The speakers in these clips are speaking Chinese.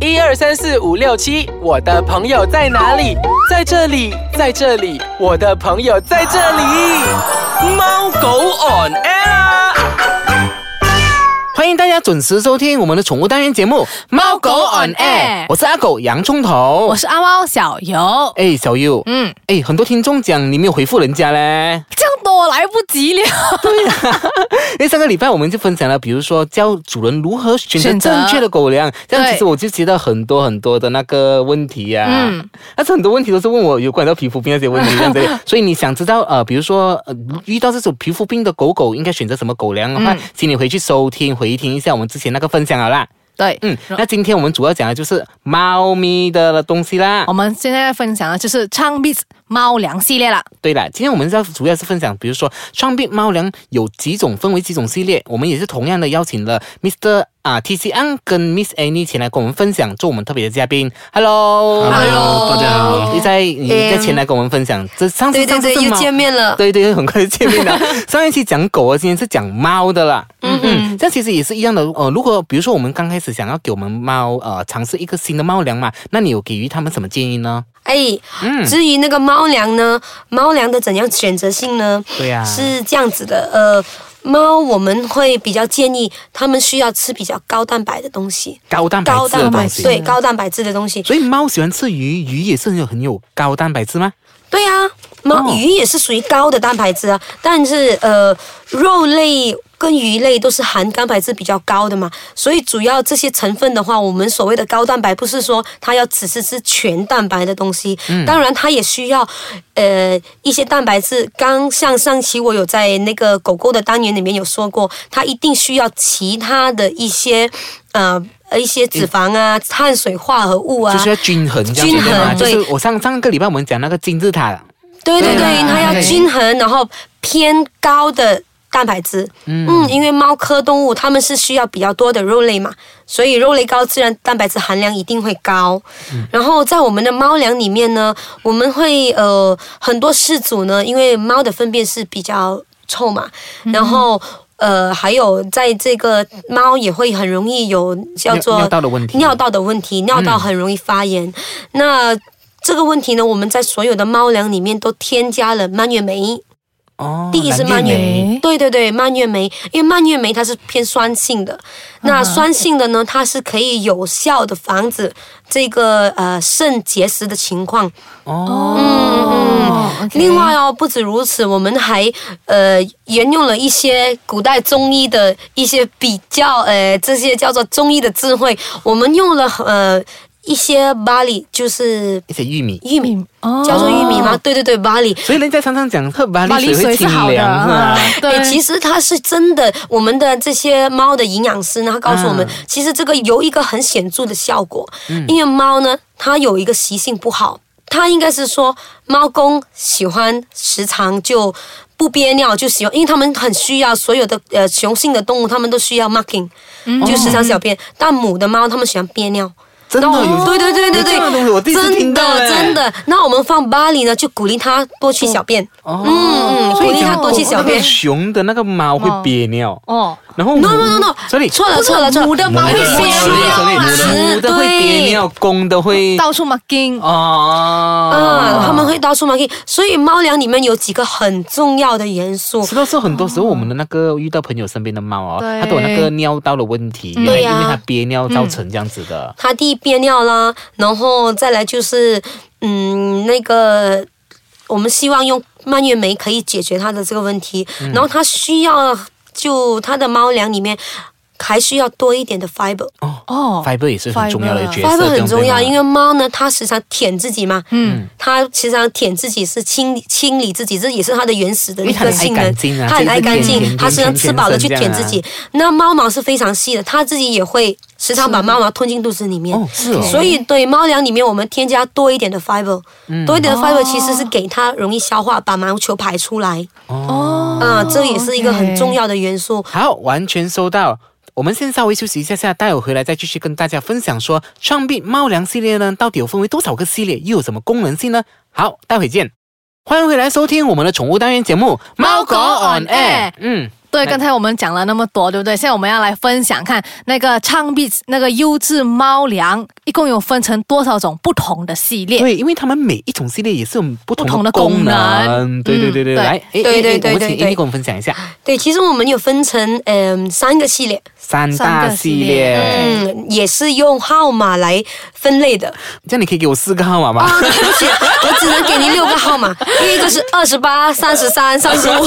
一二三四五六七，我的朋友在哪里？在这里，在这里，我的朋友在这里。猫狗 on air 啊！欢迎大家准时收听我们的宠物单元节目《猫狗 on air》，我是阿狗洋葱头，我是阿猫小游。哎小优，嗯，哎很多听众讲你没有回复人家嘞，这样多来不及了。 因哎为上个礼拜我们就分享了，比如说教主人如何选择选择正确的狗粮，这样对其实我就接到很多很多的那个问题呀、嗯但是很多问题都是问我有关到皮肤病那些问题这样子， 所以你想知道呃，比如说呃遇到这种皮肤病的狗狗应该选择什么狗粮的话，嗯请你回去收听回听一下我们之前那个分享好啦。对，嗯，那今天我们主要讲的就是猫咪的东西啦我。们现在要分享的就是昌 b 猫粮系列了。对了，今天我们要主要是分享，比如说双臂猫粮有几种，分为几种系列。我们也是同样的邀请了 Mr. 啊 T C N 跟 Miss Annie 前来跟我们分享，做我们特别的嘉宾。Hello，, Hello，大家好你在你在前来跟我们分享，这上次对对上次对，是又猫见面了。对对，很快就见 面了。上一期讲狗啊，今天是讲猫的啦。嗯嗯，这样其实也是一样的。呃，如果比如说我们刚开始想要给我们猫呃尝试一个新的猫粮嘛，那你有给予他们什么建议呢？哎，嗯至于那个猫粮呢，猫粮的怎样选择性呢？对呀、是这样子的，呃，猫我们会比较建议它们需要吃比较高蛋白的东西，高蛋白高质的蛋东白西。对高蛋白质的东西。所以猫喜欢吃鱼，鱼也是很有很有高蛋白质吗？对啊，哦猫鱼也是属于高的蛋白质啊，但是呃，肉类跟鱼类都是含蛋白质比较高的嘛，所以主要这些成分的话，我们所谓的高蛋白，不是说它要只是吃全蛋白的东西，嗯当然它也需要呃一些蛋白质。刚像上期我有在那个狗狗的单元里面有说过，它一定需要其他的一些呃。呃一些脂肪啊、碳水化合物啊，就是要均衡这样子均衡对吗？就对是我上上个礼拜我们讲那个金字塔，对对对对，啦它要对均衡，然后偏高的蛋白质。嗯因为猫科动物它们是需要比较多的肉类嘛，所以肉类高，自然蛋白质含量一定会高。嗯然后在我们的猫粮里面呢，我们会呃很多饲主呢，因为猫的粪便是比较臭嘛，嗯然后。呃，还有在这个猫也会很容易有叫尿做尿道的问题嗯尿道的问题，尿道很容易发炎。那这个问题呢，我们在所有的猫粮里面都添加了蔓越莓。哦，第一是蓝蔓莓越莓对对对，蔓越莓，因为蔓越莓它是偏酸性的，那酸性的呢，它是可以有效的防止这个呃肾结石的情况。嗯哦，哦，OK 另外哦，不止如此，我们还呃沿用了一些古代中医的一些比较呃这些叫做中医的智慧，我们用了呃一些巴里，就是一些玉米。玉米，哦叫做玉米吗？对对对，巴里。所以人家常常讲喝巴马黎铃水会水清是哦好的，凉，是吧啊哎、对，其实实它是真的，我们的这些猫的营养师呢，他告诉我们，嗯其实这个有一个很显著的效果，因为猫呢，它有一个习性不好，它应该是说猫公喜欢时常就。不憋尿就喜欢，因为它们很需要所有的呃雄性的动物，它们都需要 marking，、就时常小便。但母的猫它们喜欢憋尿，嗯真的有对对对对有这对，样的东西，我第一次听到，哎真的真。的。那我们放巴黎呢，就鼓励它多去小便。哦，嗯嗯所以鼓励它多去那小个便熊的那个猫会憋尿，哦，然后 No no no no，所以错了错了错了，母的猫会母的憋尿所以啊母的会憋尿，公的会到处 marking，哦，啊，他们会到处 marking，所以猫粮里面有几个很重要的元素。是不是很多时候我们的那个遇到朋友身边的猫哦，对它都有那个尿道的问题，原来对因呀为它憋尿造成这样子的。它第一憋尿啦，然后再来就是，嗯，那个我们希望用蔓越莓可以解决它的这个问题，嗯然后它需要就它的猫粮里面还需要多一点的 fiber。哦 fiber 也是很重要的角色，发 fiber 奋很重要，因为为猫呢，它时常舔自己嘛，嗯，它时常舔自己是清理清理自己，这也是它的原始的因为一它很个爱性干能净啊，它很爱干就是舔舔净，它时常吃饱了去舔自舔己。那猫毛是非常细的，它自己也会时常把猫毛吞进肚子里面。哦，是哦，所以，对猫粮里面，我们添加多一点的 fiber，、多一嗯点的 fiber 其实是给它容易消化，把毛球排出来。哦啊、这也是一个很要。重要的元素。好，完全收到。我们先稍微休息一下下，待会回来再继续跟大家分享说，创币猫粮系列呢到底有分为多少个系列，又有什么功能性呢？好，待会见。欢迎回来收听我们的宠物单元节目《猫狗 on air》。嗯，对，刚才我们讲了那么多，对不对？现在我们要来分享看那个唱币那个优质猫粮，一共有分成多少种不同的系列？对，因为他们每一种系列也是有不同不同的功功能对对嗯对对，对来，诶对诶对诶对我们对请对 Amy 跟我们分享一下对，其实我们有分成嗯、三个系列，三三大个系系列列，嗯，也是用号码来分类的。这样你可以给我四个号码吗？啊，对不起，我只能给你六个号码，因为一个是二十八、三十三、三十五。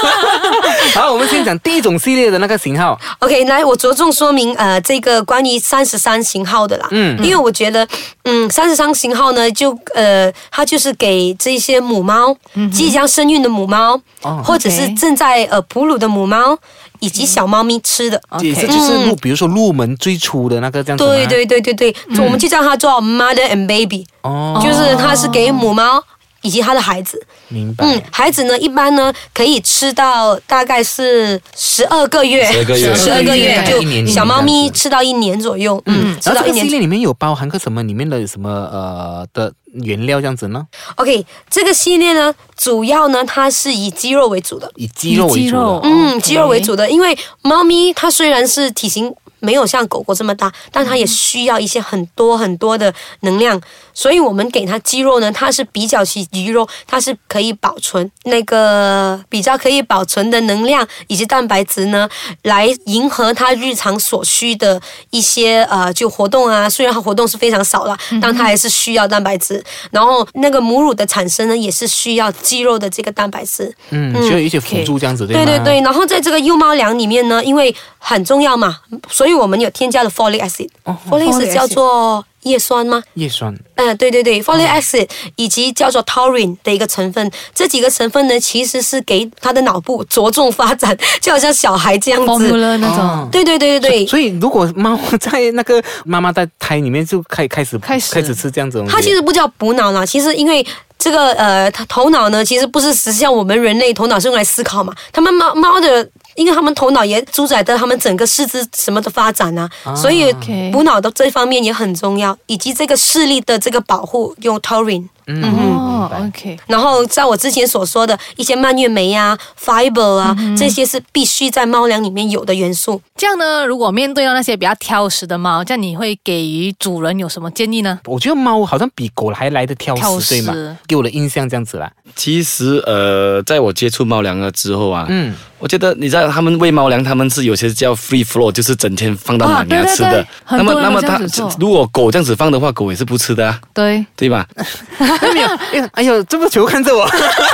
好，我们先讲第一种系列的那个型号， OK，来，我着重说明呃这个关于三十三型号的啦，嗯，因为我觉得，嗯，三十三型号呢，就呃，它就是给这些母猫，即将生孕的母猫，哦或者是 OK 正在呃哺乳的母猫，以及小猫咪吃的。也是就是入，比如说入门最初的那个这样子吗对，对对对对，就我们就叫它做 mother and baby，、哦，就是它是给母猫以及它的孩子。明白。嗯，孩子呢，一般呢可以吃到大概是十二个月， 12个月十二个大月概一年就多小猫这咪样子吃到一年左右，嗯，吃然后这到一个系年。列里面有包含个什么？里面的有什么呃的原料这样子呢？ OK，这个系列呢，主要呢它是以鸡肉为主的，以鸡肉为以鸡主肉哦的，嗯， OK 鸡肉为主的，因为猫咪它虽然是体型没有像狗狗这么大，但它也需要一些很多很多的能量，所以我们给它鸡肉呢，它是比较起鱼肉，它是可以保存那个比较可以保存的能量以及蛋白质呢，来迎合它日常所需的一些呃就活动啊，虽然它活动是非常少了，但它还是需要蛋白质。然后那个母乳的产生呢，也是需要鸡肉的这个蛋白质。嗯，就有一些辅助这样子，对对吗？对对，然后在这个幼猫粮里面呢，因为很重要嘛，所以我们有添加了 folic acid。哦 folic folic acid acid 叫做叶酸吗？叶酸，嗯，对对对，folic acid 以及叫做 taurine 的一个成分，这几个成分呢，其实是给他的脑部着重发展，就好像小孩这样子。 formula 那种。对对对对对，所以如果猫在那个妈妈在胎里面就开开始开始吃这样子的东西，它其实不叫补脑啦，其实因为。这个呃，它头脑呢，其实不是实像我们人类头脑是用来思考嘛。它们猫猫的，因为它们头脑也主宰着它们整个四肢什么的发展啊，所以 OK 补脑的这方面也很重要，以及这个视力的这个保护用 taurine。嗯哦明白，OK，然后在我之前所说的一些蔓越莓呀、fiber 啊，这些是必须在猫粮里面有的元素。这样呢，如果面对到那些比较挑食的猫，这样你会给予主人有什么建议呢？我觉得猫好像比狗还来的挑食，挑食对吗？给我的印象这样子啦。其实呃，在我接触猫粮了之后啊，嗯，我觉得你知道他们喂猫粮，他们是有些叫 free flow，就是整天放到啊满牙对对吃的对。很多人都这样它子做如果狗这样子放的话，狗也是不吃的啊，对，对吧？哎呦哎呦，哎呦，这么球看着我，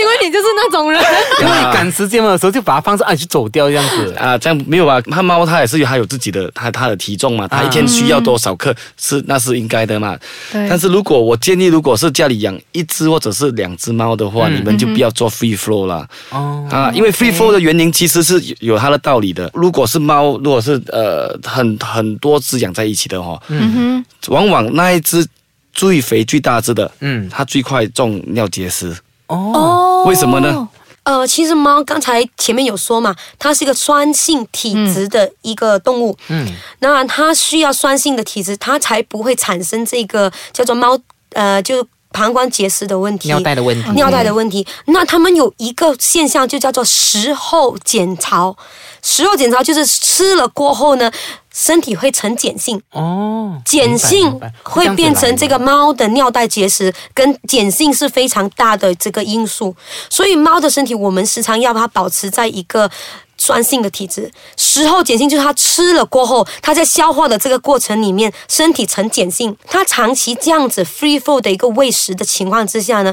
因为你就是那种人，因为赶时间嘛的时候就把它放着，哎，就走掉这样子。 啊，这样没有啊，它猫它也是有它有自己的它它的体重啊嘛，它一天需要多少克、是那是应该的嘛。对但是如果我建议，如果是家里养一只或者是两只猫的话，嗯你们就不要做 free flow 啦。哦，啊，因为 free flow 的原因其实是有有它的道理的。如果是猫，如果是呃很很多只养在一起的哦，嗯往往那一只最肥最大只的，嗯，它最快中尿结石。哼，哦，哦为什么呢？呃，其实猫刚才前面有说嘛，它是一个酸性体质的一个动物，嗯，那它需要酸性的体质，它才不会产生这个叫做猫呃，就膀胱结石的问题。尿袋的问题，尿袋的问题，那他们有一个现象就叫做食后减潮。食后减潮就是吃了过后呢，身体会呈碱性，哦，碱性明白明白会变成这个猫的尿袋结石，跟碱性是非常大的这个因素。所以猫的身体，我们时常要把它保持在一个。酸性的体质，食后碱性就是它吃了过后，它在消化的这个过程里面，身体呈碱性。它长期这样子 free f o l 的一个喂食的情况之下呢，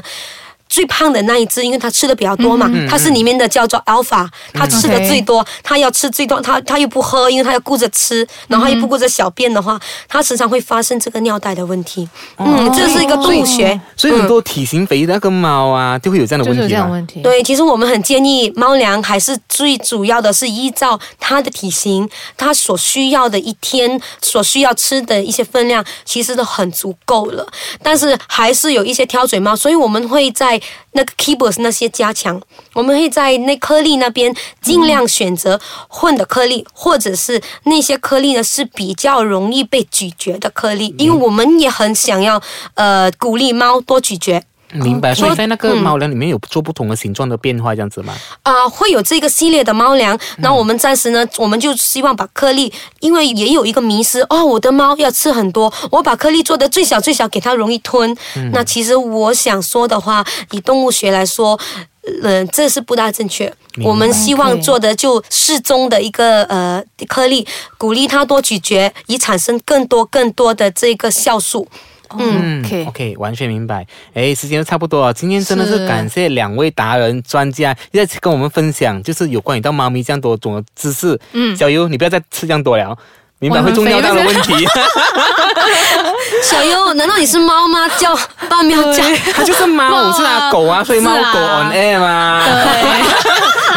最胖的那一只，因为它吃的比较多嘛，嗯它是里面的叫做 alpha，它吃的 OK 最多，它要吃最多，它它又不喝，因为它要顾着吃，然后它又嗯不顾着小便的话，它时常会发生这个尿袋的问题。嗯，这是一个动物学。哦所以很多体型肥的那个猫啊，就会有这样的就问是题有嘛。这样的问题。对，其实我们很建议猫粮还是最主要的是依照它的体型，它所需要的一天所需要吃的一些分量，其实都很足够了。但是还是有一些挑嘴猫，所以我们会在那个 keyboards 那些加强，我们会在那颗粒那边尽量选择混的颗粒，或者是那些颗粒呢是比较容易被咀嚼的颗粒，因为我们也很想要呃鼓励猫多咀嚼。明白。所以在那个嗯猫粮里面有做不同的形状的变化，这样子吗？啊、会有这个系列的猫粮。嗯那我们暂时呢，我们就希望把颗粒，因为也有一个迷失哦，我的猫要吃很多，我把颗粒做的最小最小，给它容易吞。嗯那其实我想说的话，以动物学来说。嗯、这是不大正确。明白我们希望 OK 做的就适中的一个呃颗粒，鼓励它多咀嚼，以产生更多更多的这个酵素。嗯，OK， OK，完全明白。哎，时间都差不多了，今天真的是是感谢两位达人专家一直跟我们分享，就是有关于到猫咪这样多种的知识。嗯，小优，你不要再吃这样多了，明白我会很中尿道的问题。小优，难道你是猫吗？ 叫半喵叫。 它就是猫，是啊，狗啊，所以猫是啊狗 on air 嘛。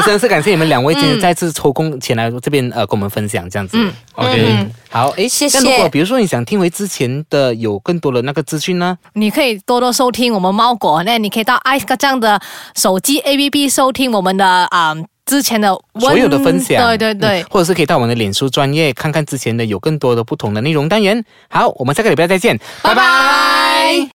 真的是感谢你们两位今天再次抽空前来这边呃跟我们分享这样子。OK，好，哎，谢谢那如果比如说你想听回之前的有更多的那个资讯呢？你可以多多收听我们猫果，那你可以到 i c e 这样的手机 APP 收听我们的啊、嗯之前的所有的分享，对对对嗯，或者是可以到我们的脸书专业看看之前的有更多的不同的内容单元。好，我们下个礼拜再见，拜拜